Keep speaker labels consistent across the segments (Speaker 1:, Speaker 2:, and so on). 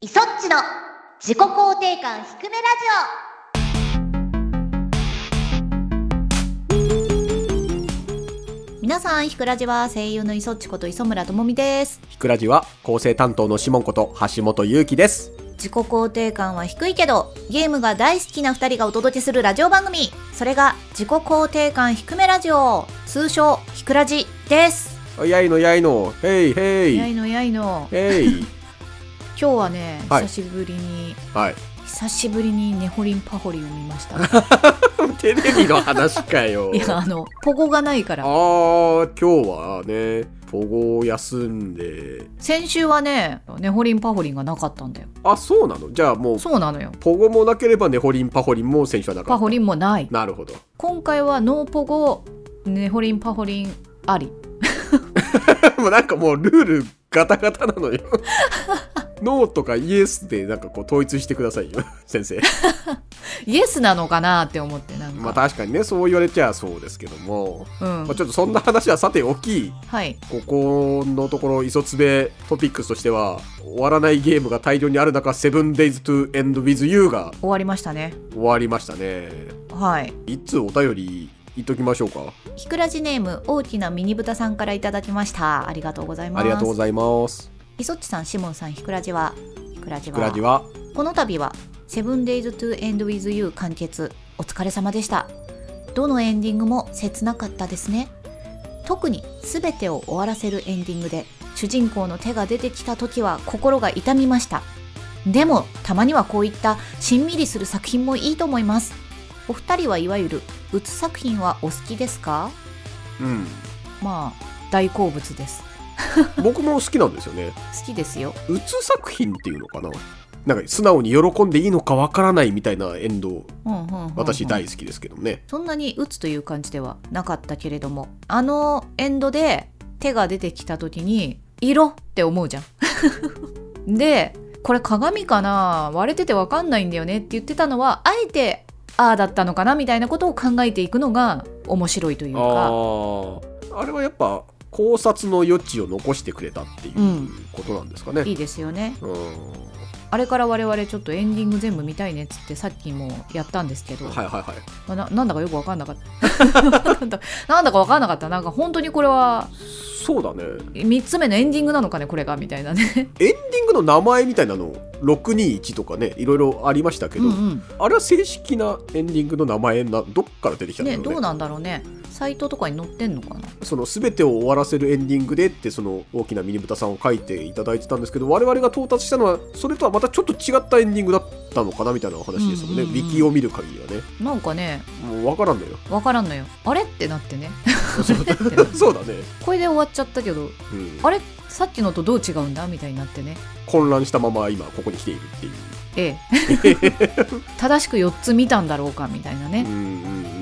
Speaker 1: イソッチの自己肯定感低めラ
Speaker 2: ジオ皆さんひくらじは声優の磯っちこと磯村智美です
Speaker 3: ひくらじは構成担当のシモンこと橋本優希です
Speaker 2: 自己肯定感は低いけどゲームが大好きな2人がお届けするラジオ番組それが自己肯定感低めラジオ通称ひくらじです
Speaker 3: あやいのやいのへいへ
Speaker 2: やい
Speaker 3: い
Speaker 2: のやいの
Speaker 3: へい
Speaker 2: 今日はね
Speaker 3: はい
Speaker 2: 久しぶりに、
Speaker 3: はい
Speaker 2: 久しぶりにねほりんぱほりんを見ました
Speaker 3: テレビの話か よ
Speaker 2: いやあのポゴがないか
Speaker 3: あ
Speaker 2: ら
Speaker 3: ー今日はねポゴを休んで
Speaker 2: 先週はねねほりんぱほりんがなかったんだよ
Speaker 3: あそうなのじゃあもう
Speaker 2: そうなのよ
Speaker 3: ポゴもなければねほりんぱほりんも選手はなかった
Speaker 2: パホリンもない
Speaker 3: なるほど
Speaker 2: 今回はノーポゴねほりんぱほりんあり
Speaker 3: もうなんかもうルールガタガタな のよノーとかイエスでなんかこう統一してくださいよ先生
Speaker 2: イエスなのかなって思ってなんか、
Speaker 3: まあ確かにねそう言われちゃそうですけども、
Speaker 2: うん
Speaker 3: まあ、ちょっとそんな話はさておき
Speaker 2: はい
Speaker 3: ここのところ磯つべトピックスとしては終わらないゲームが大量にある中「7days to end with you」が
Speaker 2: 終わりましたね
Speaker 3: 終わりましたね
Speaker 2: はい
Speaker 3: いつお便り言っときましょうか
Speaker 2: ひくらじネーム大きなミニブタさんからいただきましたありがとうございます
Speaker 3: ありがとうございます
Speaker 2: いそっちさんシモンさんひくらじはひくらじ
Speaker 3: グラジ
Speaker 2: は
Speaker 3: は
Speaker 2: この度は「セブンデイズ・トゥ・エンド・ウィズ・ユー」完結お疲れ様でしたどのエンディングも切なかったですね特に全てを終わらせるエンディングで主人公の手が出てきた時は心が痛みましたでもたまにはこういったしんみりする作品もいいと思いますお二人はいわゆる「うつ作品はお好きですか?
Speaker 3: うん」
Speaker 2: まあ大好物です
Speaker 3: 僕も好きなんですよね
Speaker 2: 好きですよ
Speaker 3: うつ作品っていうのかななんか素直に喜んでいいのかわからないみたいなエンド
Speaker 2: うんうんうんうん
Speaker 3: 私大好きですけどね
Speaker 2: そんなに打つという感じではなかったけれどもあのエンドで手が出てきた時に「色!」って思うじゃん。 でこれ鏡かな割れてて分かんないんだよねって言ってたのはあえてああだったのかなみたいなことを考えていくのが面白いという
Speaker 3: あ
Speaker 2: か
Speaker 3: ーあれはやっぱ考察の余地を残してくれたっていう
Speaker 2: うん
Speaker 3: ことなんですかね、
Speaker 2: いいですよね。
Speaker 3: うん
Speaker 2: あれから我々ちょっとエンディング全部見たいねっつってさっきもやったんですけど、
Speaker 3: はいはいはい
Speaker 2: まあななんだかよく分かんなかった なんだなんだか分かんなかったなんか本当にこれは
Speaker 3: そうだね
Speaker 2: 3つ目のエンディングなのかねこれがみたいなね
Speaker 3: エンディングの名前みたいなの621とかねいろいろありましたけど、
Speaker 2: うん
Speaker 3: あれは正式なエンディングの名前などっから出て
Speaker 2: う
Speaker 3: きた
Speaker 2: ん、
Speaker 3: んだ
Speaker 2: ね
Speaker 3: ろうね
Speaker 2: どうなんだろうねサイトとかに載ってんのかな
Speaker 3: その全てを終わらせるエンディングでってその大きなミニブタさんを書いていただいてたんですけど我々が到達したのはそれとはまたちょっと違ったエンディングだったのかなみたいなお話ですもんね、
Speaker 2: うんうんうん
Speaker 3: ウィキを見る限りはね
Speaker 2: なんかね
Speaker 3: もう分からんのよ
Speaker 2: わからんのよあれってなってね
Speaker 3: そうだそうだね、
Speaker 2: これで終わっちゃったけど
Speaker 3: うん
Speaker 2: あれさっきのとどう違うんだみたいになってね
Speaker 3: 混乱したまま今ここに来ているっていう
Speaker 2: ええ正しく4つ見たんだろうかみたいな
Speaker 3: うん
Speaker 2: ね
Speaker 3: うんう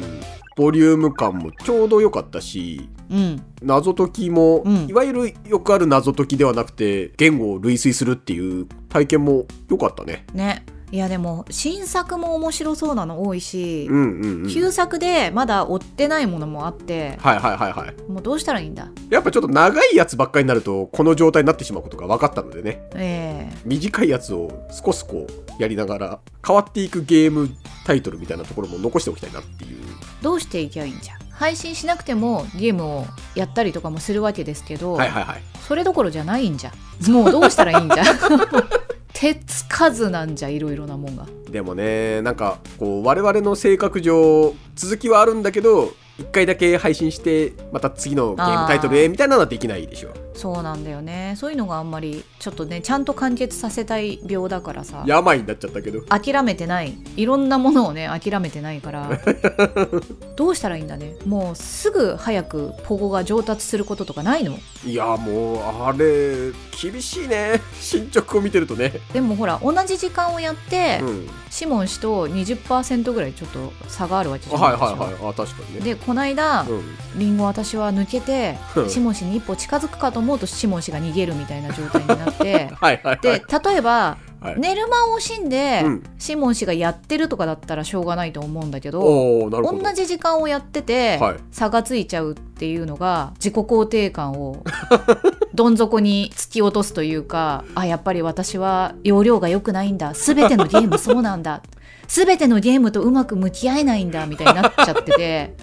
Speaker 3: んボリューム感もちょうど良かったし
Speaker 2: うん
Speaker 3: 謎解きも、
Speaker 2: うん
Speaker 3: いわゆるよくある謎解きではなくて言語を類推するっていう体験も良かったね。
Speaker 2: ねいやでも新作も面白そうなの多いし
Speaker 3: う、んうんうん、
Speaker 2: 旧作でまだ追ってないものもあって
Speaker 3: はいはいはいはい。
Speaker 2: もうどうしたらいいんだ
Speaker 3: やっぱちょっと長いやつばっかりになるとこの状態になってしまうことが分かったのでね
Speaker 2: ええ
Speaker 3: 短いやつを少しこうやりながら変わっていくゲームタイトルみたいなところも残しておきたいなっていう。
Speaker 2: どうしていけばいいんじゃ配信しなくてもゲームをやったりとかもするわけですけど、
Speaker 3: はいはいはい。
Speaker 2: それどころじゃないんじゃもうどうしたらいいんじゃ 手つかずなんじゃいろいろなもんが
Speaker 3: でもねなんかこう我々の性格上続きはあるんだけど1回だけ配信してまた次のゲームタイトルへみたいなのはできないでしょ。
Speaker 2: そうなんだよねそういうのがあんまりちょっとねちゃんと完結させたい病だからさ
Speaker 3: 病になっちゃったけど。
Speaker 2: 諦めてないいろんなものをね諦めてないから どうしたらいいんだねもうすぐ早くポゴが上達することとかないの
Speaker 3: いやもうあれ厳しいね 進捗を見てるとね、
Speaker 2: でもほら同じ時間をやって、
Speaker 3: うん、
Speaker 2: シモン氏と20%ぐらいちょっと差があるわけじゃ
Speaker 3: はいは
Speaker 2: ない
Speaker 3: い
Speaker 2: ですか
Speaker 3: はいあ確かにね
Speaker 2: でこないだ、
Speaker 3: う
Speaker 2: リンゴ私は抜けて
Speaker 3: ん、
Speaker 2: シモン氏に一歩近づくかと思うとシモン氏が逃げるみたいな状態になって
Speaker 3: はいはいは
Speaker 2: で
Speaker 3: い
Speaker 2: 例えば、
Speaker 3: はい
Speaker 2: 寝る間を惜しんで、
Speaker 3: うん
Speaker 2: シモン氏がやってるとかだったらしょうがないと思うんだけど
Speaker 3: おおなるほ
Speaker 2: 同
Speaker 3: ど
Speaker 2: じ時間をやってて、
Speaker 3: はい
Speaker 2: 差がついちゃうっていうのが自己肯定感を どん底に突き落とすというかあやっぱり私は容量が良くないんだ全てのゲームそうなんだ全てのゲームとうまく向き合えないんだみたいになっちゃってて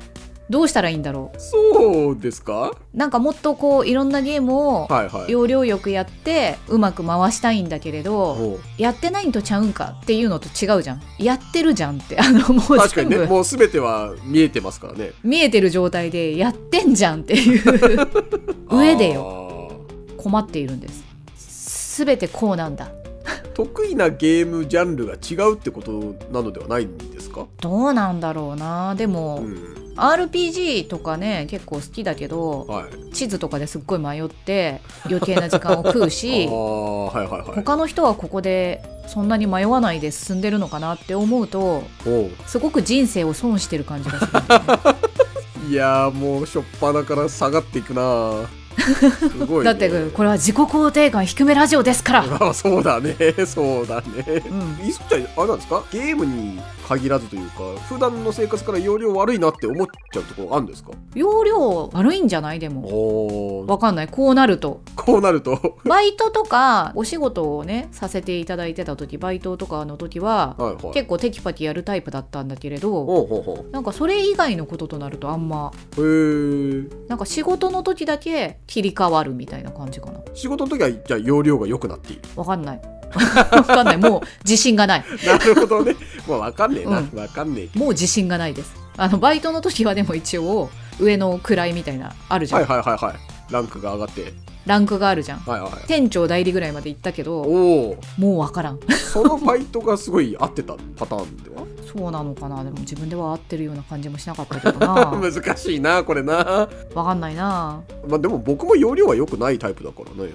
Speaker 2: どうしたらいいんだろ
Speaker 3: そうですか
Speaker 2: うなんかもっとこういろんなゲームを
Speaker 3: はいはい。
Speaker 2: 容量よくやってうまく回したいんだけれど
Speaker 3: もう
Speaker 2: やってないんとちゃうんかっていうのと違うじゃんやってるじゃんってあのもう
Speaker 3: 確か
Speaker 2: 全
Speaker 3: に
Speaker 2: 部、
Speaker 3: ね、もう全ては見えてますからね。
Speaker 2: 見えてる状態でやってんじゃんっていう上でよ
Speaker 3: よ。
Speaker 2: 困っているんです全てこうなんだ
Speaker 3: 得意なゲームジャンルが違うってことなのではないんですか、
Speaker 2: どうなんだろうなでも、
Speaker 3: うん、
Speaker 2: RPG とかね結構好きだけど
Speaker 3: はい。
Speaker 2: 地図とかですっごい迷って余計な時間を食う
Speaker 3: あ
Speaker 2: し
Speaker 3: ーはいはいはい。
Speaker 2: 他の人はここでそんなに迷わないで進んでるのかなって思うと
Speaker 3: おう
Speaker 2: すごく人生を損してる感じが する
Speaker 3: いやーもうしょっぱなから下がっていくなーす ごい、
Speaker 2: だ
Speaker 3: ね、
Speaker 2: ってこれは自己肯定感低めラジオですから、
Speaker 3: あーそうだねそうだね
Speaker 2: うん、
Speaker 3: いっちゃんあれなんですかゲームに限らずというか普段の生活から容量悪いなって思っちゃうところあるんですか
Speaker 2: 容量悪いんじゃないでも
Speaker 3: おー
Speaker 2: わかんないこうなると
Speaker 3: こうなると
Speaker 2: バイトとかお仕事をねさせていただいてた時バイトとかの時は
Speaker 3: はいはい
Speaker 2: 結構テキパキやるタイプだったんだけれど
Speaker 3: ほうほうほ
Speaker 2: なんかそれ以外のこととなるとあんま
Speaker 3: うへえ
Speaker 2: なんか仕事の時だけ切り替わるみたいな感じかな
Speaker 3: 仕事の時はじゃあ容量が良くなっている
Speaker 2: わかんないわかんないもう自信がない
Speaker 3: なるほどねまあわかんねえな、
Speaker 2: うん
Speaker 3: わかんねえけ
Speaker 2: もう自信がないですあのバイトの時はでも一応上の位みたいなあるじ
Speaker 3: ど
Speaker 2: ゃん、
Speaker 3: はいはいはいはいランクが上がって
Speaker 2: ランクがあるじゃん
Speaker 3: はいはい
Speaker 2: 店長代理ぐらいまで行ったけど
Speaker 3: おお
Speaker 2: もうわからん
Speaker 3: そのバイトがすごい合ってたパターンでは
Speaker 2: そうなのかなでも自分では合ってるような感じもしなかったけど な
Speaker 3: 難しいなこれな
Speaker 2: わかんないな
Speaker 3: まあでも僕も容量は良くないタイプだからね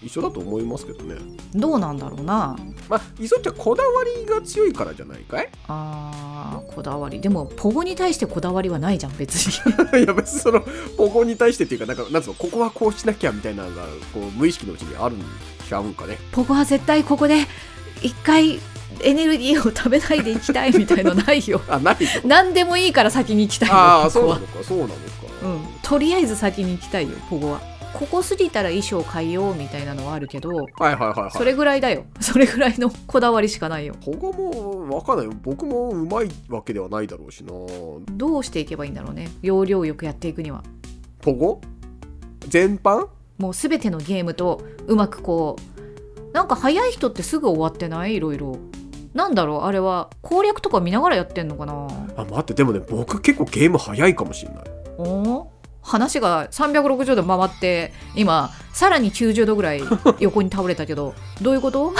Speaker 3: 一緒だと思いますけどね
Speaker 2: どうなんだろうな
Speaker 3: まあいそっちゃんこだわりが強いからじゃないかい
Speaker 2: あーこだわりでもポゴに対してこだわりはないじゃん別に
Speaker 3: いや別にその保護に対してっていうかなんかなんつうのここはこうしなきゃみたいなのがこう無意識のうちにあるんちゃうんかね
Speaker 2: ポゴは絶対ここで一回エネルギーを食べないでいきたいみたいのないよ
Speaker 3: あないの
Speaker 2: 何でもいいから先に行きたいの
Speaker 3: あ あ
Speaker 2: ポ
Speaker 3: そ
Speaker 2: ゴ
Speaker 3: う
Speaker 2: は
Speaker 3: なのかそうなのか、
Speaker 2: うん、とりあえず先に行きたいよポゴはここ過ぎたら衣装変えようみたいなのはあるけど
Speaker 3: はいはいはいはい
Speaker 2: それぐらいだよ それぐらいのこだわりしかないよ
Speaker 3: 保護もわかんない僕もうまいわけではないだろうしな
Speaker 2: どうしていけばいいんだろうね要領よくやっていくには
Speaker 3: 保護全般
Speaker 2: もう全てのゲームとうまくこうなんか早い人ってすぐ終わってないいろいろなんだろうあれは攻略とか見ながらやってんのかな
Speaker 3: あ待ってでもね僕結構ゲーム早いかもしれない
Speaker 2: おー話が360度回って今さらに90度ぐらい横に倒れたけどどういう こと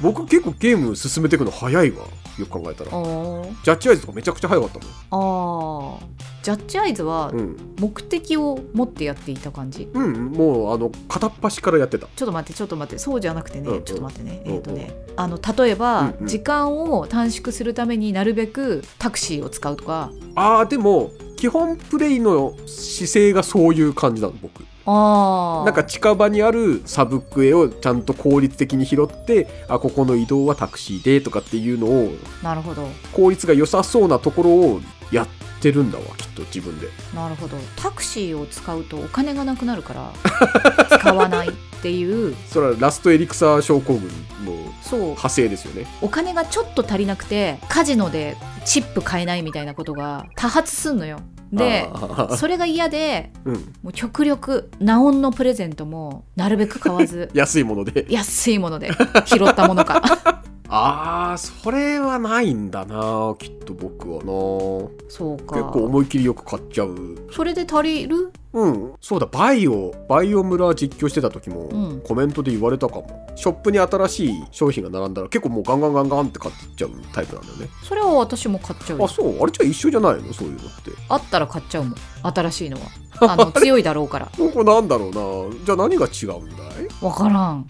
Speaker 3: 僕結構ゲーム進めていくの早いわよく考えたら
Speaker 2: おー
Speaker 3: ジャッジアイズとかめちゃくちゃ早かった
Speaker 2: あージャッジアイズは
Speaker 3: もん、うん、
Speaker 2: 目的を持ってやっていた感じ
Speaker 3: うんもうあの片っ端からやってた
Speaker 2: ちょっと待ってちょっと待ってそうじゃなくてね、
Speaker 3: うんうん
Speaker 2: ちょっと待ってね、
Speaker 3: うんうん
Speaker 2: えっ、とねあの例えば、
Speaker 3: うんうん
Speaker 2: 時間を短縮するためになるべくタクシーを使うとか
Speaker 3: あーでも基本プレイの姿勢がそういう感じなの僕
Speaker 2: あー
Speaker 3: なんか近場にあるサブクエをちゃんと効率的に拾ってあここの移動はタクシーでとかっていうのを
Speaker 2: なるほど
Speaker 3: 効率が良さそうなところをやってるんだわきっと自分で
Speaker 2: なるほどタクシーを使うとお金がなくなるから 使わないっていう
Speaker 3: それはラストエリクサー症候群の
Speaker 2: そう
Speaker 3: 派生ですよね
Speaker 2: お金がちょっと足りなくてカジノでチップ買えないみたいなことが多発すんのよで
Speaker 3: あー
Speaker 2: それが嫌で
Speaker 3: うん、
Speaker 2: もう極力ナオンのプレゼントもなるべく買わず
Speaker 3: 安いもので
Speaker 2: 安いもので拾ったものから
Speaker 3: あーそれはないんだなきっと僕はな結
Speaker 2: そうか
Speaker 3: 構思い切りよく買っちゃう
Speaker 2: それで足りる
Speaker 3: うんそうだバイオバイオ村実況してた時も、
Speaker 2: うん
Speaker 3: コメントで言われたかもショップに新しい商品が並んだら結構もうガンガンガンガンって買ってっちゃうタイプなんだよね、
Speaker 2: それは私も買っちゃう
Speaker 3: あ
Speaker 2: よ
Speaker 3: そうあれじゃあ一緒じゃないのそういうのって
Speaker 2: あったら買っちゃうもん新しい のはあの強いだろうから
Speaker 3: ここなんだろうなじゃあ何が違うんだい
Speaker 2: わからん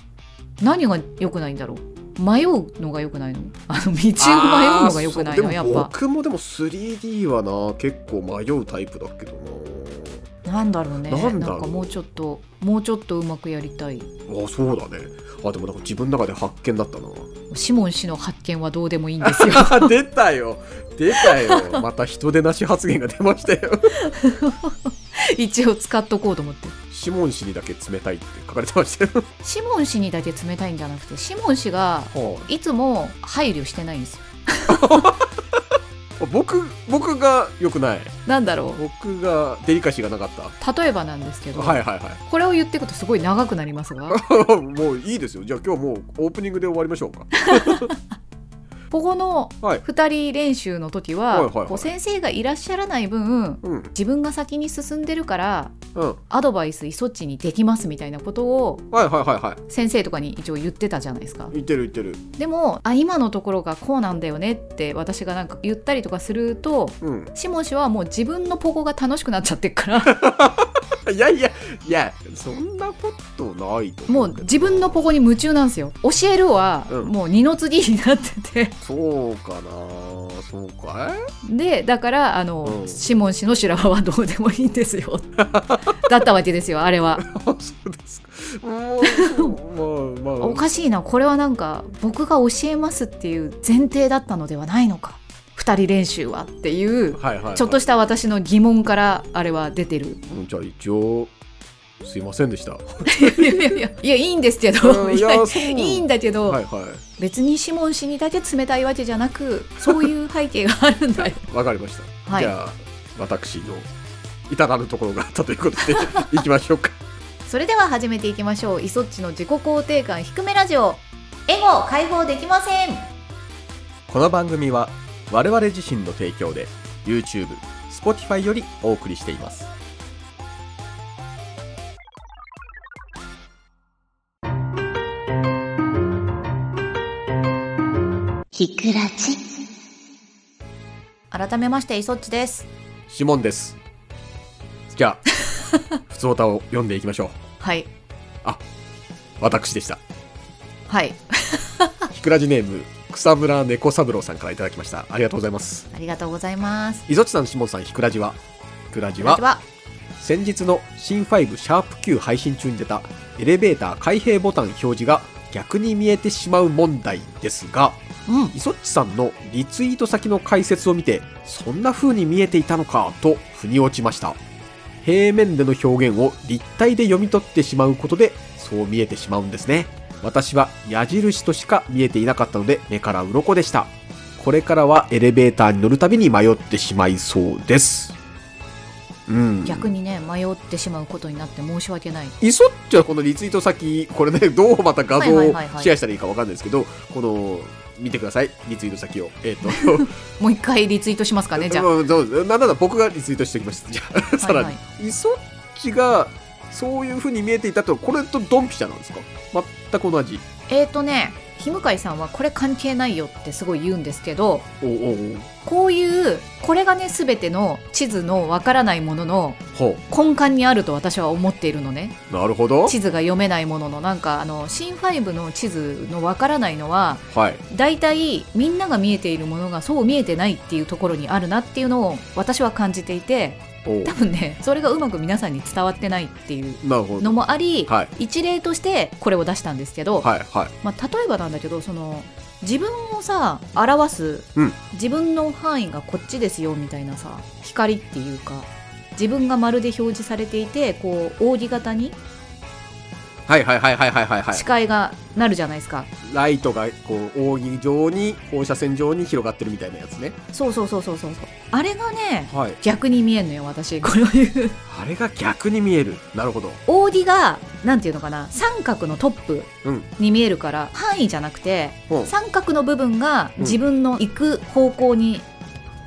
Speaker 2: 何が良くないんだろう迷うのが良くないのあの道を迷うのが良くない
Speaker 3: あーそう
Speaker 2: の
Speaker 3: で
Speaker 2: やっ
Speaker 3: も
Speaker 2: ぱ
Speaker 3: 僕もでも 3D はな結構迷うタイプだけど
Speaker 2: なんだろうね
Speaker 3: なんだろう
Speaker 2: かもうちょっともうちょっとうまくやりたい
Speaker 3: なあそうだねあでもなんか自分の中で発見だったな
Speaker 2: シモン氏の発見はどうでもいいんですよ
Speaker 3: 出たよ出たよまた人出なし発言が出ましたよ
Speaker 2: 一応使っとこうと思って
Speaker 3: シモン氏にだけ冷たいって書かれてましたよ。
Speaker 2: シモン氏にだけ冷たいんじゃなくてシモン氏がいつも配慮してないんですよ
Speaker 3: 僕、僕が良くない。
Speaker 2: なんだろ
Speaker 3: 僕がデリカシーがなかった。
Speaker 2: う例えばなんですけど、
Speaker 3: はいはいは
Speaker 2: これを言っていくとすごい長くなりますが
Speaker 3: い。 もういいですよ。じゃあ今日もうオープニングで終わりましょうか。
Speaker 2: ここの
Speaker 3: はい
Speaker 2: 2人練習の時は,、
Speaker 3: はいはいはい
Speaker 2: こう先生がいらっしゃらない分
Speaker 3: うん。
Speaker 2: 自分が先に進んでるから
Speaker 3: うん。はい
Speaker 2: アドバイスイソッチにできますみたいなことを
Speaker 3: はいはいはい。
Speaker 2: 先生とかに一応言ってたじゃないですか
Speaker 3: 言ってる言ってる。
Speaker 2: でもあ今のところがこうなんだよねって私がなんか言ったりとかすると
Speaker 3: うん。
Speaker 2: シモン氏はもう自分のポコが楽しくなっちゃってっから
Speaker 3: いやいや、いや、そんなことないと
Speaker 2: も
Speaker 3: 思う
Speaker 2: う
Speaker 3: けど。
Speaker 2: 自分のポコに夢中なんですよ教えるは
Speaker 3: うん
Speaker 2: もう二の次にな ってて
Speaker 3: そうかなそうかい
Speaker 2: でだからあの、
Speaker 3: うん
Speaker 2: シモン氏の修羅場はどうでもいいんです よだったわけですよあれは
Speaker 3: あそうですか。もうそう、まあまあ。
Speaker 2: おかしいなこれはなんか僕が教えますっていう前提だったのではないのか二人練習はっていう
Speaker 3: はいはい、はい。
Speaker 2: ちょっとした私の疑問からあれは出て る
Speaker 3: うんじゃあ一応、すいませんでした。
Speaker 2: いやいやいやいやいいんですけど
Speaker 3: うん
Speaker 2: いやい
Speaker 3: そう
Speaker 2: いんだけど、
Speaker 3: はいはい。
Speaker 2: 別にシモン氏にだけ冷たいわけじゃなくそういう背景があるんだ よ
Speaker 3: わかりました。
Speaker 2: はい
Speaker 3: じゃあ、私の至らぬところがあったということ で、いきましょうか。
Speaker 2: それでは始めていきましょうイソッチの自己肯定感低めラジオエゴ解放できません
Speaker 4: この番組は我々自身の提供で YouTube、Spotify よりお送りしています。
Speaker 1: ひくらち。
Speaker 2: 改めましてイソッチです
Speaker 3: 指紋です。じゃあ、 普通歌を読んでいきましょう。
Speaker 2: はい
Speaker 3: 私でした。
Speaker 2: はい
Speaker 3: ひくらじネーム、草むら猫三郎さんからいただきました。ありがとうございます。
Speaker 2: ありがとうございます
Speaker 3: いぞちさん、しもんさん、ひくらじは。ひくらじは
Speaker 2: こん、にち
Speaker 3: 先日の新5シャープ Q 配信中に出たエレベーター開閉ボタン表示が逆に見えてしまう問題ですが、
Speaker 2: うん
Speaker 3: イソッチさんのリツイート先の解説を見て、そんな風に見えていたのかと腑に落ちました。平面での表現を立体で読み取ってしまうことで、そう見えてしまうんですね。私は矢印としか見えていなかったので、目から鱗でした。これからはエレベーターに乗るたびに迷ってしまいそうです。うん。
Speaker 2: 逆にね迷ってしまうことになって申し訳ない
Speaker 3: イソッチはこのリツイート先、これね、 どうまた画像
Speaker 2: はいはい
Speaker 3: を
Speaker 2: はいはい
Speaker 3: シェアしたらいいかわかんないですけど、この、見てください、リツイート先を。えっ、と、
Speaker 2: もう一回リツイートします かねじゃあ
Speaker 3: うんそうですなんなら僕がリツイートしておきました。じゃあ、 さらに、
Speaker 2: はいは
Speaker 3: イソッチがそういう風に見えていたと、これとドンピシャなんですか全く同じ。
Speaker 2: えーとね日向井さんはこれ関係ないよってすごい言うんですけど
Speaker 3: おうおう
Speaker 2: こういうこれがね全ての地図のわからないものの
Speaker 3: おうほ
Speaker 2: 根幹にあると私は思っているのね
Speaker 3: う。なるほど。
Speaker 2: 地図が読めないもののなんかあの新5の地図のわからないのは
Speaker 3: はい。
Speaker 2: 大体みんなが見えているものがそう見えてないっていうところにあるなっていうのを私は感じていて
Speaker 3: おう
Speaker 2: 多分ねそれがうまく皆さんに伝わってないっていう
Speaker 3: なるほど。
Speaker 2: のもあり、
Speaker 3: はい。
Speaker 2: 一例としてこれを出したんですけど、
Speaker 3: はい、はい。
Speaker 2: まあ、例えばなんだけどその自分をさ表す、
Speaker 3: うん
Speaker 2: 自分の範囲がこっちですよみたいなさ光っていうか自分が丸で表示されていてこう扇形に
Speaker 3: はい、はい、はい、はい、はい、はいはい
Speaker 2: 視。界がなるじゃないですか、
Speaker 3: ライトが、こう、扇状に、放射線状に広がってるみたいなやつね。
Speaker 2: そうそうそうそうそうそうあれがね
Speaker 3: はい。
Speaker 2: 逆に見えんのよ私これを言う
Speaker 3: あれが逆に見える。なるほど。
Speaker 2: 扇がなんていうのかな三角のトップ
Speaker 3: うん
Speaker 2: に見えるから、範囲じゃなくて
Speaker 3: うん
Speaker 2: 三角の部分が自分の行く方向に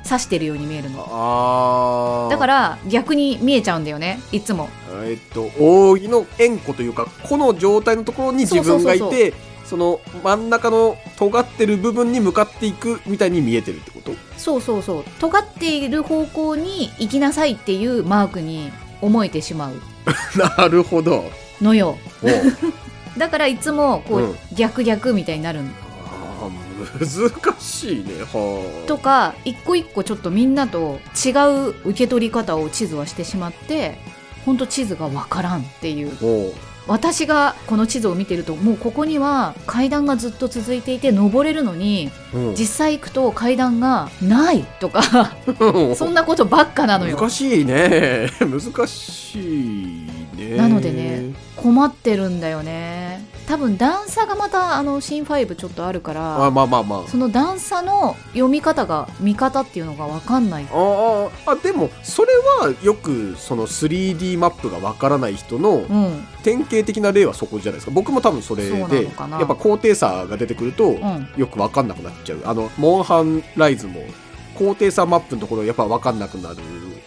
Speaker 2: 指してるように見えるの、
Speaker 3: ああ。
Speaker 2: だから逆に見えちゃうんだよねいつも
Speaker 3: えっと扇の円弧というかこの状態のところに自分がい
Speaker 2: そうそう
Speaker 3: てその真ん中の尖ってる部分に向かっていくみたいに見えてるっ てこと
Speaker 2: そうそうそう尖っている方向に行きなさいっていうマークに思えてしまう
Speaker 3: なるほ ど
Speaker 2: のよ
Speaker 3: おう
Speaker 2: だからいつもこう、
Speaker 3: うん
Speaker 2: 逆逆みたいになるの
Speaker 3: あー難しいねはあ
Speaker 2: とか一個一個ちょっとみんなと違う受け取り方を地図はしてしまってほんと地図がわからんっていう
Speaker 3: おう
Speaker 2: 私がこの地図を見てるともうここには階段がずっと続いていて登れるのに
Speaker 3: うん
Speaker 2: 実際行くと階段がないとか そんなことばっかなのよ
Speaker 3: 難しいね難しいね
Speaker 2: なのでね困ってるんだよね多分段差がまたあの新5ちょっとあるか
Speaker 3: まあ
Speaker 2: ら
Speaker 3: まあまあまあ
Speaker 2: その段差の読み方が見方っていうのが分かんない
Speaker 3: あああでもそれはよくその 3D マップがわからない人の
Speaker 2: うんうん
Speaker 3: 典型的な例はそこじゃないですか僕も多分それ
Speaker 2: そうな
Speaker 3: で
Speaker 2: のかな
Speaker 3: やっぱ高低差が出てくるとよくわかんなくなっちゃうあのモンハンライズも高低差マップのところやっぱわかんなくなる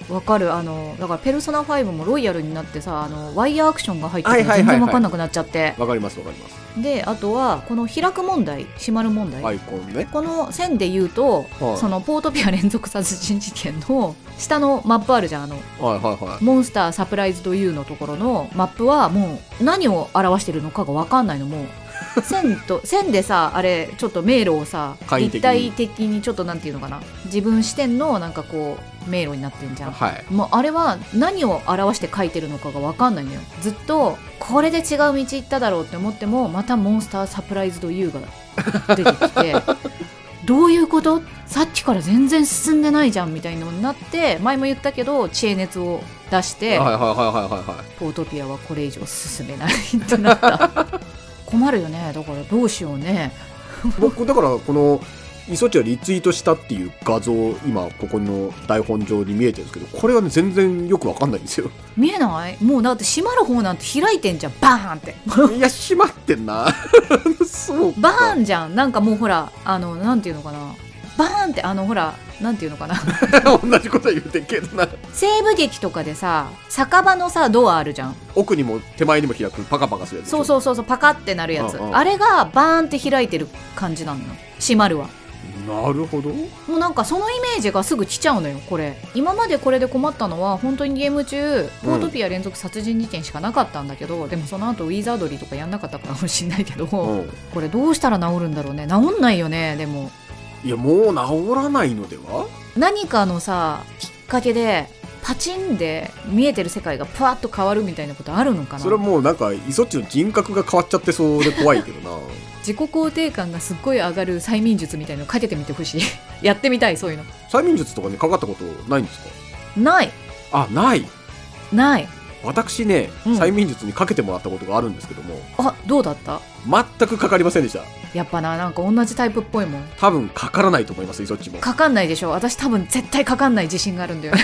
Speaker 2: 分かるあのだから「ペルソナ5」もロイヤルになってさあのワイヤーアクションが入って
Speaker 3: は
Speaker 2: て
Speaker 3: いはいはい
Speaker 2: 全
Speaker 3: はい
Speaker 2: 然分かんなくなっちゃって
Speaker 3: わかりますわかります
Speaker 2: であとはこの開く問題閉まる問題、
Speaker 3: アイコンね
Speaker 2: この線で言うと、
Speaker 3: はい
Speaker 2: そのポートピア連続殺人事件の下のマップあるじゃんあの
Speaker 3: はいはいはい
Speaker 2: モンスターサプライズというのところのマップはもう何を表してるのかが分かんないのもう線と 線でさあれちょっと迷路をさ
Speaker 3: 簡易的
Speaker 2: 立
Speaker 3: に
Speaker 2: 体的にちょっとなんていうのかな自分視点のなんかこう迷路になってんじゃん
Speaker 3: はい
Speaker 2: もうあれは何を表して書いてるのかが分かんないのよずっとこれで違う道行っただろうって思ってもまたモンスターサプライズド U が出てき てどういうことさっきから全然進んでないじゃんみたいなのになって前も言ったけど知恵熱を出して
Speaker 3: はいはいはいはいはい
Speaker 2: ポートピアはこれ以上進めないってなった 困るよねだからどうしようね
Speaker 3: 僕だからこのイソチをリツイートしたっていう画像今ここの台本上に見えてるんですけどこれはね全然よくわかんないんで すよ
Speaker 2: 見えないもうだって閉まる方なんて開いてんじゃんバーンって
Speaker 3: いや閉まってんな そう
Speaker 2: バーンじゃんなんかもうほらあのなんていうのかなバーンってあのほらなんていうの かな
Speaker 3: 同じことは言うてんけどな
Speaker 2: 西部劇とかでさ酒場のさドアあるじゃん
Speaker 3: 奥にも手前にも開くパカパカするやつ
Speaker 2: そう
Speaker 3: う
Speaker 2: そうそうそうパカってなるやつ
Speaker 3: うんうん
Speaker 2: あれがバーンって開いてる感じなのよ閉まるわ
Speaker 3: なるほど
Speaker 2: もうなんかそのイメージがすぐ来ちゃうのよこれ今までこれで困ったのは本当にゲーム中ポートピア連続殺人事件しかなかったんだけど、でもその後ウィザードリーとかやんなかったかもしんないけど、
Speaker 3: うん
Speaker 2: これどうしたら治るんだろうね治んないよねでも
Speaker 3: いやもう治らないのでは
Speaker 2: 何かのさきっかけでパチンで見えてる世界がパワッと変わるみたいなことあるのかな
Speaker 3: それはもうなんかイソチの人格が変わっちゃってそうで怖いけど な
Speaker 2: 自己肯定感がすっごい上がる催眠術みたいのかけてみてほし いやってみたいそういうの
Speaker 3: 催眠術とかにかかったことないんですか
Speaker 2: ない
Speaker 3: あない
Speaker 2: ない
Speaker 3: 私ね、
Speaker 2: うん
Speaker 3: 催眠術にかけてもらったことがあるんですけども
Speaker 2: あどうだった
Speaker 3: 全くかかりませんでした
Speaker 2: やっぱななんか同じタイプっぽいもん
Speaker 3: 多分かからないと思いますイソッチも
Speaker 2: かかんないでしょ私多分絶対かかんない自信があるんだよ ね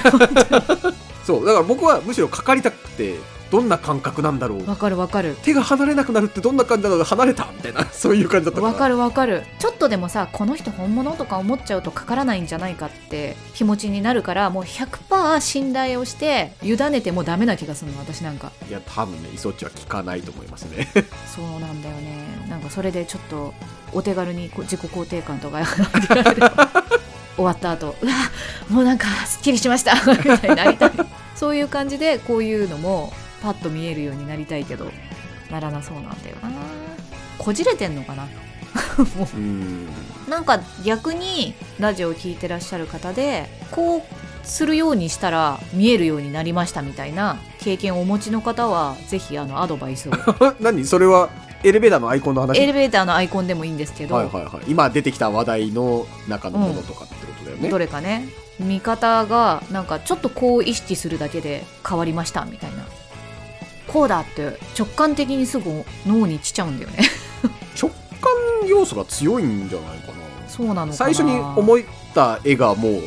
Speaker 3: そうだから僕はむしろかかりたくてどんな感覚なんだろう
Speaker 2: わかるわかる
Speaker 3: 手が離れなくなるってどんな感じなの離れたみたいなそういう感じだったから
Speaker 2: わかるわかるちょっとでもさこの人本物とか思っちゃうとかからないんじゃないかって気持ちになるからもう100%信頼をして委ねてもダメな気がするの私なんか
Speaker 3: いや多分ねイソッチは効かないと思いますね
Speaker 2: そうなんだよねなんかそれでちょっとお手軽にこう自己肯定感とか上げられれば 終わった後うわもうなんかすっきりしましたみたいになりたいそういう感じでこういうのもパッと見えるようになりたいけどならなそうなんだよなこじれてんのかな
Speaker 3: うーん
Speaker 2: なんか逆にラジオを聞いてらっしゃる方でこうするようにしたら見えるようになりましたみたいな経験をお持ちの方はぜひあのアドバイ スを
Speaker 3: あ何それはエレベーターのアイコンの話
Speaker 2: エレベーターのアイコンでもいいんですけど、
Speaker 3: はいはいはい今出てきた話題の中のものとかってことだよね、
Speaker 2: どれかね見方がなんかちょっとこう意識するだけで変わりましたみたいなこうだって直感的にすぐ脳に来ちゃうんだよね
Speaker 3: 直感要素が強いんじゃないかな
Speaker 2: そうなのかな
Speaker 3: 最初に思った絵がもう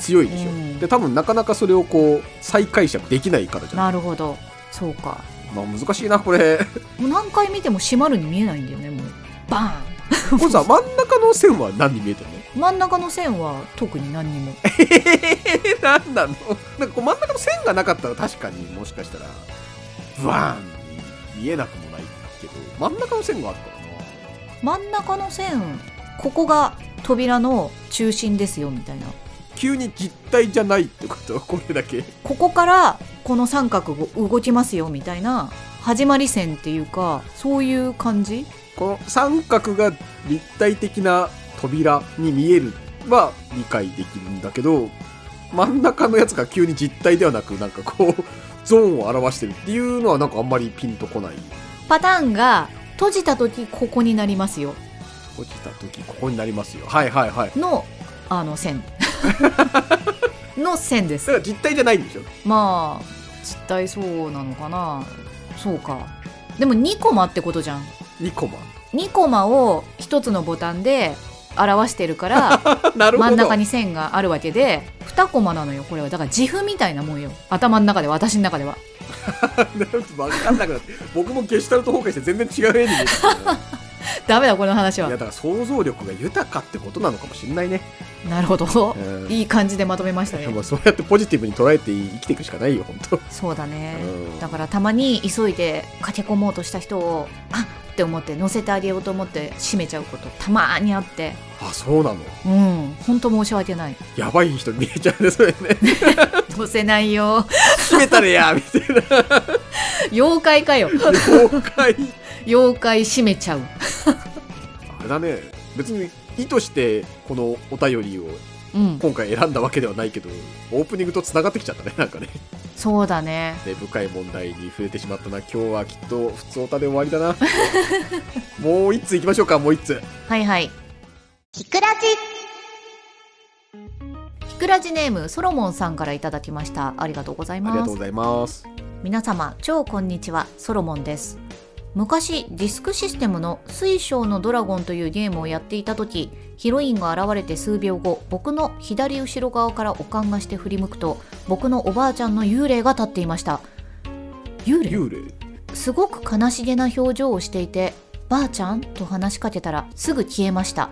Speaker 3: 強いでしょ、
Speaker 2: うん
Speaker 3: で多分なかなかそれをこう再解釈できないからじゃん
Speaker 2: なるほどそうか
Speaker 3: まあ難しいなこれ
Speaker 2: もう何回見ても閉まるに見えないんだよねもうバーン
Speaker 3: これさ真ん中の線は何に見えてるの
Speaker 2: 真ん中の線は特に何にも
Speaker 3: え何 なのなんかこう真ん中の線がなかったら確かにもしかしたらブワーンに見えなくもないけど真ん中の線があるからな
Speaker 2: 真ん中の線ここが扉の中心ですよみたいな
Speaker 3: 急に実体じゃないってこと これだけ
Speaker 2: ここからこの三角が動きますよみたいな始まり線っていうかそういう感じ
Speaker 3: この三角が立体的な扉に見えるは理解できるんだけど真ん中のやつが急に実体ではなくなんかこうゾーンを表してるっていうのはなんかあんまりピンとこない
Speaker 2: パターンが閉じた時ここになりますよ
Speaker 3: 閉じた時ここになりますよはいはいはい
Speaker 2: のあの 線の線で
Speaker 3: だ
Speaker 2: す
Speaker 3: から実体じゃないんでしょ
Speaker 2: まあ実態そうなのかなそうかでも2コマってことじゃん
Speaker 3: 2コマ。
Speaker 2: 2コマを1つのボタンで表してるから
Speaker 3: なるほ
Speaker 2: 真
Speaker 3: ど。
Speaker 2: ん中に線があるわけで2コマなのよこれはだから自負みたいなもんよ頭の中では私の中では
Speaker 3: わかんなくなって。僕もゲシュタルト崩壊して全然違う絵に見えて きたね
Speaker 2: ダメだこの話
Speaker 3: いや、だ
Speaker 2: は
Speaker 3: から想像力が豊かってことなのかもしれないね。
Speaker 2: なるほど
Speaker 3: うん
Speaker 2: いい感じでまとめましたね
Speaker 3: まあそうやってポジティブに捉えて生きていくしかないよ、本当。
Speaker 2: そうだね
Speaker 3: うん
Speaker 2: だからたまに急いで駆け込もうとした人をあっって思って乗せてあげようと思って閉めちゃうことたまにあって
Speaker 3: あ、そうなの。
Speaker 2: うん本当申し訳ない
Speaker 3: やばい人に見えちゃうね、それね。
Speaker 2: 乗せないよ
Speaker 3: 閉めたれや、みたいな。
Speaker 2: 妖怪かよ
Speaker 3: 崩壊。
Speaker 2: 妖怪閉めちゃう
Speaker 3: あれだね。別に意図してこのお便りを
Speaker 2: うん
Speaker 3: 今回選んだわけではないけど、オープニングと繋がってきちゃったね、なんかね。
Speaker 2: そうだね
Speaker 3: 根深い問題に触れてしまったな。今日はきっと普通おたで終わりだな。 もう一通行きましょうか、もう一通。
Speaker 2: はいはい
Speaker 1: ひくらじ。
Speaker 2: ひくらじネームソロモンさんからいただきましたありがとうござい
Speaker 3: ありが
Speaker 2: ま
Speaker 3: とう
Speaker 2: す
Speaker 3: ございます。
Speaker 2: 皆様超こんにちはソロモンです昔ディスクシステムの「水晶のドラゴン」というゲームをやっていた時ヒロインが現れて数秒後僕の左後ろ側からおかんがして振り向くと僕のおばあちゃんの幽霊が立っていました幽霊
Speaker 3: 幽霊。
Speaker 2: すごく悲しげな表情をしていて「ばあちゃん?」と話しかけたらすぐ消えました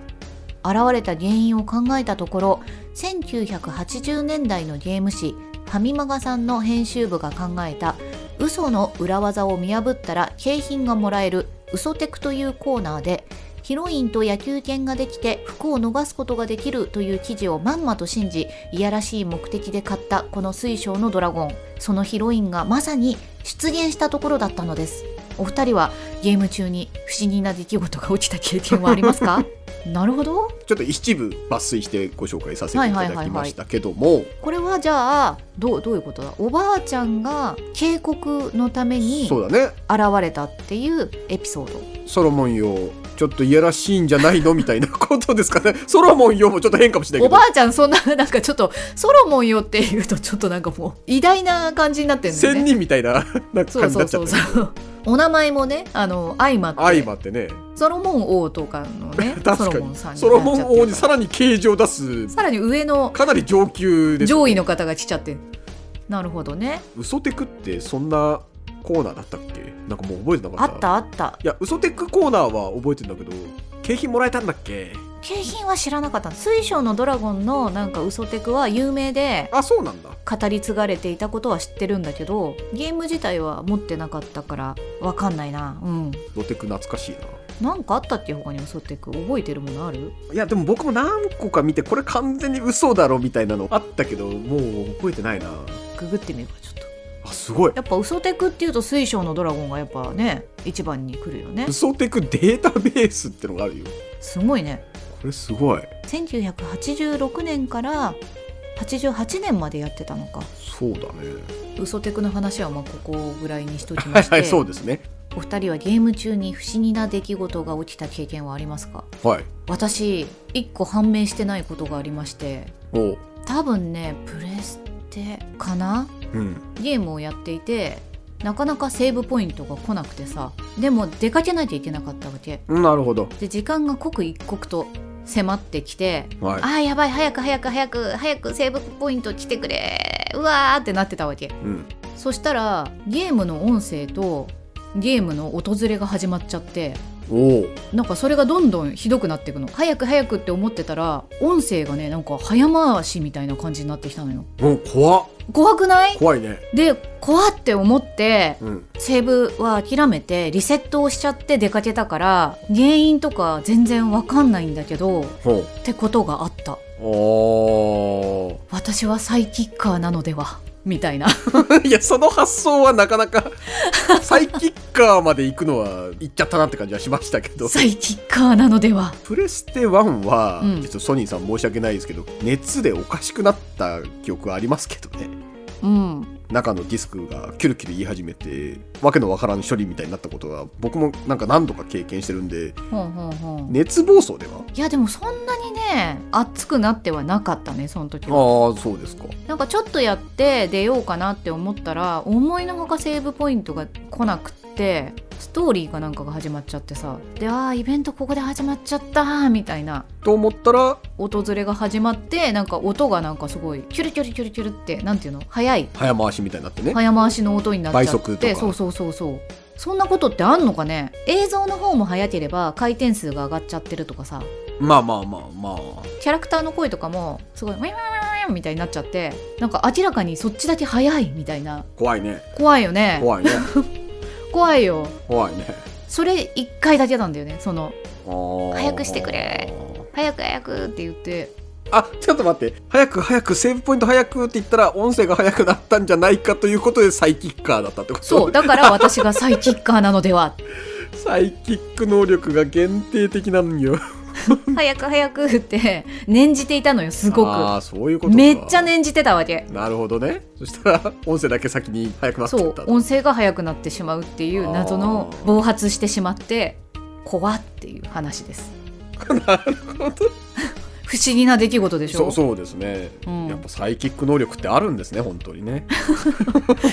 Speaker 2: 現れた原因を考えたところ1980年代のゲーム誌「ファミマガさん」の編集部が考えた嘘の裏技を見破ったら景品がもらえる「嘘テク」というコーナーでヒロインと野球犬ができて服を逃すことができるという記事をまんまと信じいやらしい目的で買ったこの水晶のドラゴンそのヒロインがまさに出現したところだったのですお二人はゲーム中に不思議な出来事が起きた経験はありますか なるほど
Speaker 3: ちょっと一部抜粋してご紹介させていただきましたけども、
Speaker 2: これはじゃあどうどういうことだおばあちゃんが警告のために現
Speaker 3: そうだね。
Speaker 2: れたっていうエピソード
Speaker 3: ソロモンよ、ちょっといやらしいんじゃないのみたいなことですかね。ソロモンよもちょっと変かもしれない
Speaker 2: お
Speaker 3: けど
Speaker 2: ば。あちゃんそんななんかちょっとソロモンよっていうとちょっとなんかもう偉大な感じになってるんだよ
Speaker 3: 仙
Speaker 2: ね
Speaker 3: 人みたいななんか
Speaker 2: そ
Speaker 3: 感
Speaker 2: う
Speaker 3: じに
Speaker 2: そう
Speaker 3: なっちゃ
Speaker 2: そ
Speaker 3: っ
Speaker 2: う
Speaker 3: たね。
Speaker 2: そうお名前もねあの相まって
Speaker 3: 相まってね。
Speaker 2: ソロモン王とかの ねソ
Speaker 3: 確
Speaker 2: ロ
Speaker 3: か
Speaker 2: モン
Speaker 3: に
Speaker 2: さんに
Speaker 3: ソロモン王にさ
Speaker 2: さ
Speaker 3: らに形状を出す
Speaker 2: さらに上の
Speaker 3: かなり上級です
Speaker 2: 上位の方が来ちゃってなるほどね
Speaker 3: 嘘テクってそんなコーナーだったっけなんかもう覚えてなか
Speaker 2: あ
Speaker 3: った
Speaker 2: ったあった
Speaker 3: いや嘘テクコーナーは覚えてんだけど景品もらえたんだっけ
Speaker 2: 景品は知らなかった水晶のドラゴンのなんか嘘テクは有名で
Speaker 3: あそうなんだ
Speaker 2: 語り継がれていたことは知ってるんだけどゲーム自体は持ってなかったからわかんないなうん
Speaker 3: ドテク懐かしいな
Speaker 2: なんかあったっけ他に嘘テク覚えてるものある
Speaker 3: いやでも僕も何個か見てこれ完全に嘘だろみたいなのあったけどもう覚えてないな
Speaker 2: ググってみようかちょっと
Speaker 3: あすごい
Speaker 2: やっぱ嘘テクっていうと水晶のドラゴンがやっぱね一番に来るよね
Speaker 3: 嘘テクデータベースってのがあるよ
Speaker 2: すごいね
Speaker 3: これすごい
Speaker 2: 1986年から88年までやってたのか
Speaker 3: そうだね
Speaker 2: 嘘テクの話はまあここぐらいにしとき
Speaker 3: は
Speaker 2: ま
Speaker 3: い
Speaker 2: し
Speaker 3: はい
Speaker 2: て
Speaker 3: そうですね
Speaker 2: お二人はゲーム中に不思議な出来事が起きた経験はありますか
Speaker 3: はい
Speaker 2: 私一個判明してないことがありまして
Speaker 3: おう
Speaker 2: 多分ねプレステかな
Speaker 3: うん
Speaker 2: ゲームをやっていてなかなかセーブポイントが来なくてさでも出かけなきゃいけなかったわけ
Speaker 3: なるほど
Speaker 2: で時間が刻一刻と迫ってきて
Speaker 3: はい
Speaker 2: あーやばい早く早く早く早くセーブポイント来てくれうわーってなってたわけ
Speaker 3: うん
Speaker 2: そしたらゲームの音声とゲームの訪れが始まっちゃって
Speaker 3: おお
Speaker 2: なんかそれがどんどんひどくなっていくの早く早くって思ってたら音声がねなんか早回しみたいな感じになってきたのよ
Speaker 3: うん怖っ
Speaker 2: 怖くない
Speaker 3: 怖いね
Speaker 2: で怖って思って
Speaker 3: うん
Speaker 2: セーブは諦めてリセットをしちゃって出かけたから原因とか全然わかんないんだけどっ
Speaker 3: ほう
Speaker 2: てことがあった
Speaker 3: お
Speaker 2: 私はサイキッカーなのではみたいな
Speaker 3: ー いやその発想はなかなかサイキッカーまで行くのは行っちゃったなって感じはしましたけど
Speaker 2: サイキッカーなのでは
Speaker 3: プレステ1は、
Speaker 2: うん
Speaker 3: ちょっとソニーさん申し訳ないですけど熱でおかしくなった記憶はありますけどね
Speaker 2: うん
Speaker 3: 中のディスクがキュルキュル言い始めて、わけのわからん処理みたいになったことは、僕もなんか何度か経験してるんで、
Speaker 2: ほんほんほん
Speaker 3: 熱暴走ではい
Speaker 2: やでもそんなにね熱くなってはなかったねその時は
Speaker 3: ああ、そうですか。
Speaker 2: なんかちょっとやって出ようかなって思ったら思いのほかセーブポイントが来なくってストーリーかなんかが始まっちゃってさでああイベントここで始まっちゃったーみたいな
Speaker 3: と思ったら、
Speaker 2: 訪れが始まってなんか音がなんかすごいキュルキュルキュルキュルってなんていうの速い
Speaker 3: 早回しみたいになってね。
Speaker 2: 早回しの音になっちゃって
Speaker 3: 倍速とか
Speaker 2: そうそうそうそうそんなことってあんのかね映像の方も速ければ回転数が上がっちゃってるとかさ
Speaker 3: まあまあまあまあ。
Speaker 2: キャラクターの声とかもすごいウィンウィンウィンウィンみたいになっちゃってなんか明らかにそっちだけ速いみたいな
Speaker 3: 怖いね。
Speaker 2: 怖いよね
Speaker 3: 怖いね。
Speaker 2: 怖いよ
Speaker 3: 怖いね。
Speaker 2: それ一回だけなんだよねその
Speaker 3: 早
Speaker 2: 早くしてくれ。早く早くって言って
Speaker 3: あ、ちょっと待って。早く早く、セーブポイント早くって言ったら、音声が早くなったんじゃないかということでサイキッカーだったってこと
Speaker 2: そう。だから私がサイキッカーなのでは
Speaker 3: サイキック能力が限定的なんよ。
Speaker 2: 早く早くって念じていたのよすご
Speaker 3: あ
Speaker 2: く
Speaker 3: あ、そういうことか。
Speaker 2: めっちゃ。念じてたわけ
Speaker 3: なるほどね。そしたら、音声だけ先に早くなっち
Speaker 2: そ
Speaker 3: ゃっ
Speaker 2: う
Speaker 3: た。
Speaker 2: 音声が速くなってしまうっていう謎の
Speaker 3: あー
Speaker 2: 暴発してしまって怖っていう話です
Speaker 3: なるほど。
Speaker 2: 不思議な出来事でしょ
Speaker 3: そう、そうですね。
Speaker 2: うん
Speaker 3: やっぱサイキック能力ってあるんですね、本当にね。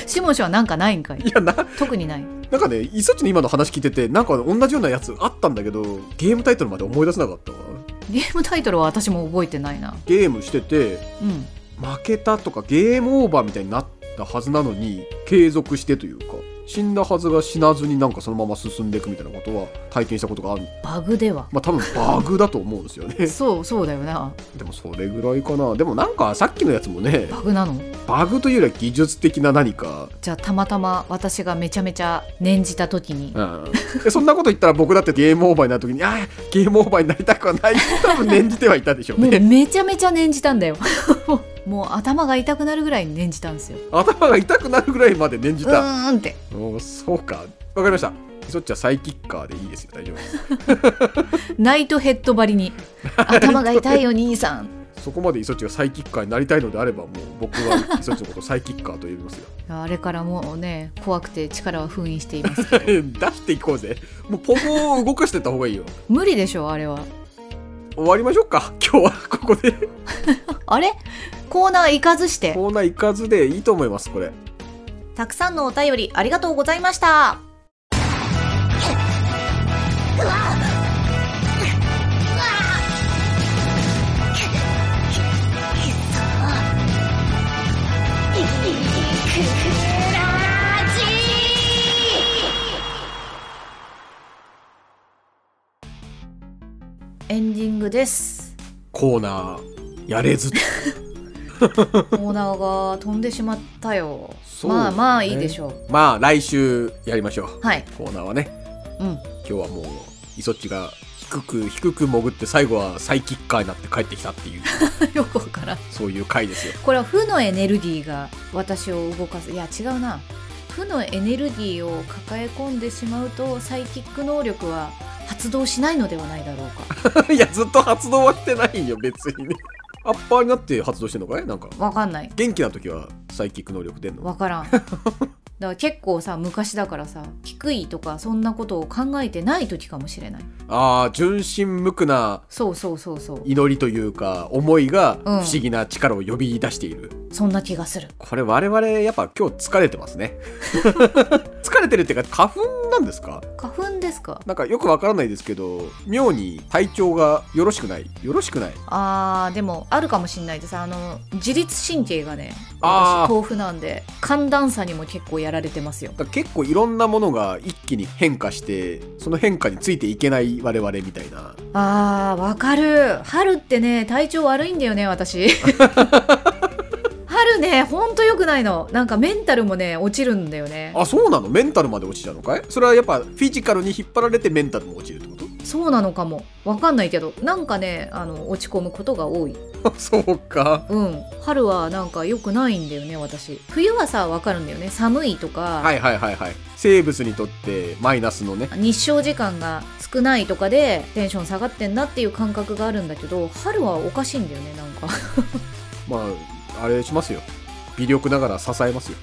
Speaker 2: シモン氏はなんかないんかい
Speaker 3: いや、な、
Speaker 2: 特にない
Speaker 3: なんかね、いさちの今の話聞いてて、なんか同じようなやつあったんだけど、ゲームタイトルまで思い出せなかったわ。
Speaker 2: ゲームタイトルは私も覚えてないな
Speaker 3: ゲームしてて、
Speaker 2: うん
Speaker 3: 負けたとかゲームオーバーみたいになったはずなのに継続してというか死んだはずが死なずになんかそのまま進んでいくみたいなことは体験したことがある
Speaker 2: バグでは
Speaker 3: まあ多分バグだと思うんですよね
Speaker 2: そうそうだよな
Speaker 3: でもそれぐらいかなでもなんかさっきのやつもね
Speaker 2: バグなの
Speaker 3: バグというよりは技術的な何か、
Speaker 2: じゃあたまたま私がめちゃめちゃ念じた時に
Speaker 3: うん、でそんなこと言ったら僕だってゲームオーバーになる時にあーゲームオーバーになりたくはない多分念じてはいたでしょう
Speaker 2: もう
Speaker 3: ね
Speaker 2: めちゃめちゃ念じたんだよ もうもう頭が痛くなるぐらいに念じたんですよ
Speaker 3: 頭が痛くなるぐらいまで念じ
Speaker 2: う
Speaker 3: た、
Speaker 2: ーんって
Speaker 3: おーそうかわかりましたそっちはサイキッカーでいいですよ大丈夫です
Speaker 2: ナイトヘッドばり に頭が痛いよ兄さん
Speaker 3: そこまでイソチがサイキッカーになりたいのであればもう僕はイソチのことをサイキッカーと呼びますよ
Speaker 2: あれからもうね怖くて力は封印しています
Speaker 3: 出していこうぜもうポコを動かしてった方がいいよ
Speaker 2: 無理でしょあれは
Speaker 3: 終わりましょうか今日はここで
Speaker 2: あれコーナー行かずして
Speaker 3: コーナー行かずでいいと思いますこれ
Speaker 2: たくさんのお便りありがとうございましたエンディングです
Speaker 3: コーナーやれずと
Speaker 2: コーナーが飛んでしまったよ、
Speaker 3: そうですね
Speaker 2: まあまあいいでしょう
Speaker 3: まあ来週やりましょう
Speaker 2: はい
Speaker 3: コーナーはね
Speaker 2: うん
Speaker 3: 今日はもうイソチが低く低く潜って最後はサイキッカーになって帰ってきた っていう
Speaker 2: よくわからん
Speaker 3: そういう回ですよ
Speaker 2: これは負のエネルギーが私を動かすいや違うな負のエネルギーを抱え込んでしまうとサイキック能力は発動しないのではないだろうか
Speaker 3: いやずっと発動はしてないよ別にねアッパーになって発動してんのかいなんか
Speaker 2: わかんない
Speaker 3: 元気な時はサイキック能力出んの
Speaker 2: わからんだから結構さ昔だからさ低いとかそんなことを考えてない時かもしれない
Speaker 3: ああ純真無垢な
Speaker 2: そうそうそうそう
Speaker 3: 祈りというか思いが不
Speaker 2: うん
Speaker 3: 思議な力を呼び出している、
Speaker 2: そんな気がする
Speaker 3: これ我々やっぱ今日疲れてますね 疲れてるっていうか花粉なんですか
Speaker 2: 花粉ですか
Speaker 3: なんかよくわからないですけど妙に体調がよろしくないよろしくない
Speaker 2: あーでもあるかもしんないですあの自律神経がね
Speaker 3: あー
Speaker 2: 私豆腐なんで寒暖差にも結構やられてますよ
Speaker 3: だから結構いろんなものが一気に変化してその変化についていけない我々みたいな
Speaker 2: あーわかる春ってね体調悪いんだよね 私春ねほんと良くないのなんかメンタルもね落ちるんだよね
Speaker 3: あそうなのメンタルまで落ちちゃうのかいそれはやっぱフィジカルに引っ張られてメンタルも落ちるってこと
Speaker 2: そうなのかもわかんないけどなんかねあの落ち込むことが多い
Speaker 3: そうか。
Speaker 2: うん春はなんか良くないんだよね私冬はさわかるんだよね寒いとか、
Speaker 3: はいはいはいはい。生物にとってマイナスのね。
Speaker 2: 日照時間が少ないとかでテンション下がってんなっていう感覚があるんだけど春はおかしいんだよねなんか
Speaker 3: まあ、あれしますよ。微力ながら支えます よ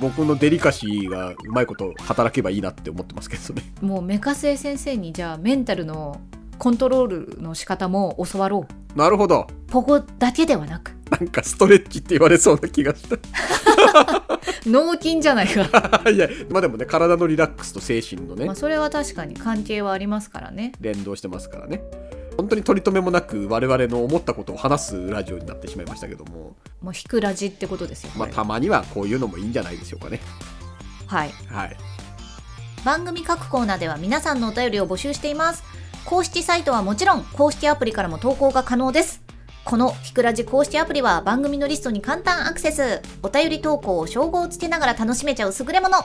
Speaker 3: 僕のデリカシーがうまいこと働けばいいなって思ってますけどね
Speaker 2: もうメカセイ先生にじゃあメンタルのコントロールの仕方も教わろう
Speaker 3: なるほど
Speaker 2: ポコだけではなく
Speaker 3: なんかストレッチって言われそうな気がした
Speaker 2: 脳筋じゃないか
Speaker 3: あ いやまあでもね体のリラックスと精神のね
Speaker 2: まあそれは確かに関係はありますからね
Speaker 3: 連動してますからね本当に取り留めもなく我々の思ったことを話すラジオになってしまいましたけども、
Speaker 2: もう引くラジってことですよ
Speaker 3: まあ、たまにはこういうのもいいんじゃないでしょうかね
Speaker 2: はい
Speaker 3: はい
Speaker 2: 番組各コーナーでは皆さんのお便りを募集しています公式サイトはもちろん公式アプリからも投稿が可能ですこのひくらじ公式アプリは番組のリストに簡単アクセスお便り投稿を称号をつけながら楽しめちゃう優れもの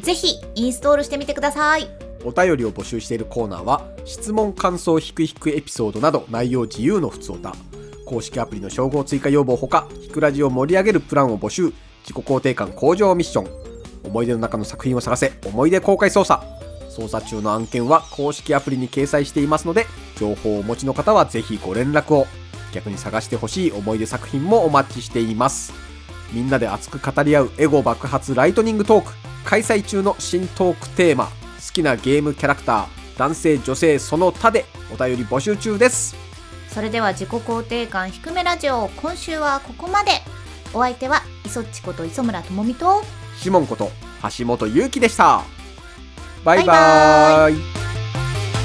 Speaker 2: ぜひインストールしてみてください
Speaker 3: お便りを募集しているコーナーは質問感想ひくひくエピソードなど内容自由の普通歌公式アプリの称号追加要望ほかひくラジを盛り上げるプランを募集自己肯定感向上ミッション思い出の中の作品を探せ思い出公開捜査捜査中の案件は公式アプリに掲載していますので情報をお持ちの方はぜひご連絡を逆に探してほしい思い出作品もお待ちしていますみんなで熱く語り合うエゴ爆発ライトニングトーク開催中の新トークテーマ好きなゲームキャラクター男性女性その他でお便り募集中です
Speaker 2: それでは自己肯定感低めラジオ今週はここまでお相手は磯っちこと磯村智美と
Speaker 3: シモンこと橋本優希でしたバイバ
Speaker 2: バ
Speaker 3: イ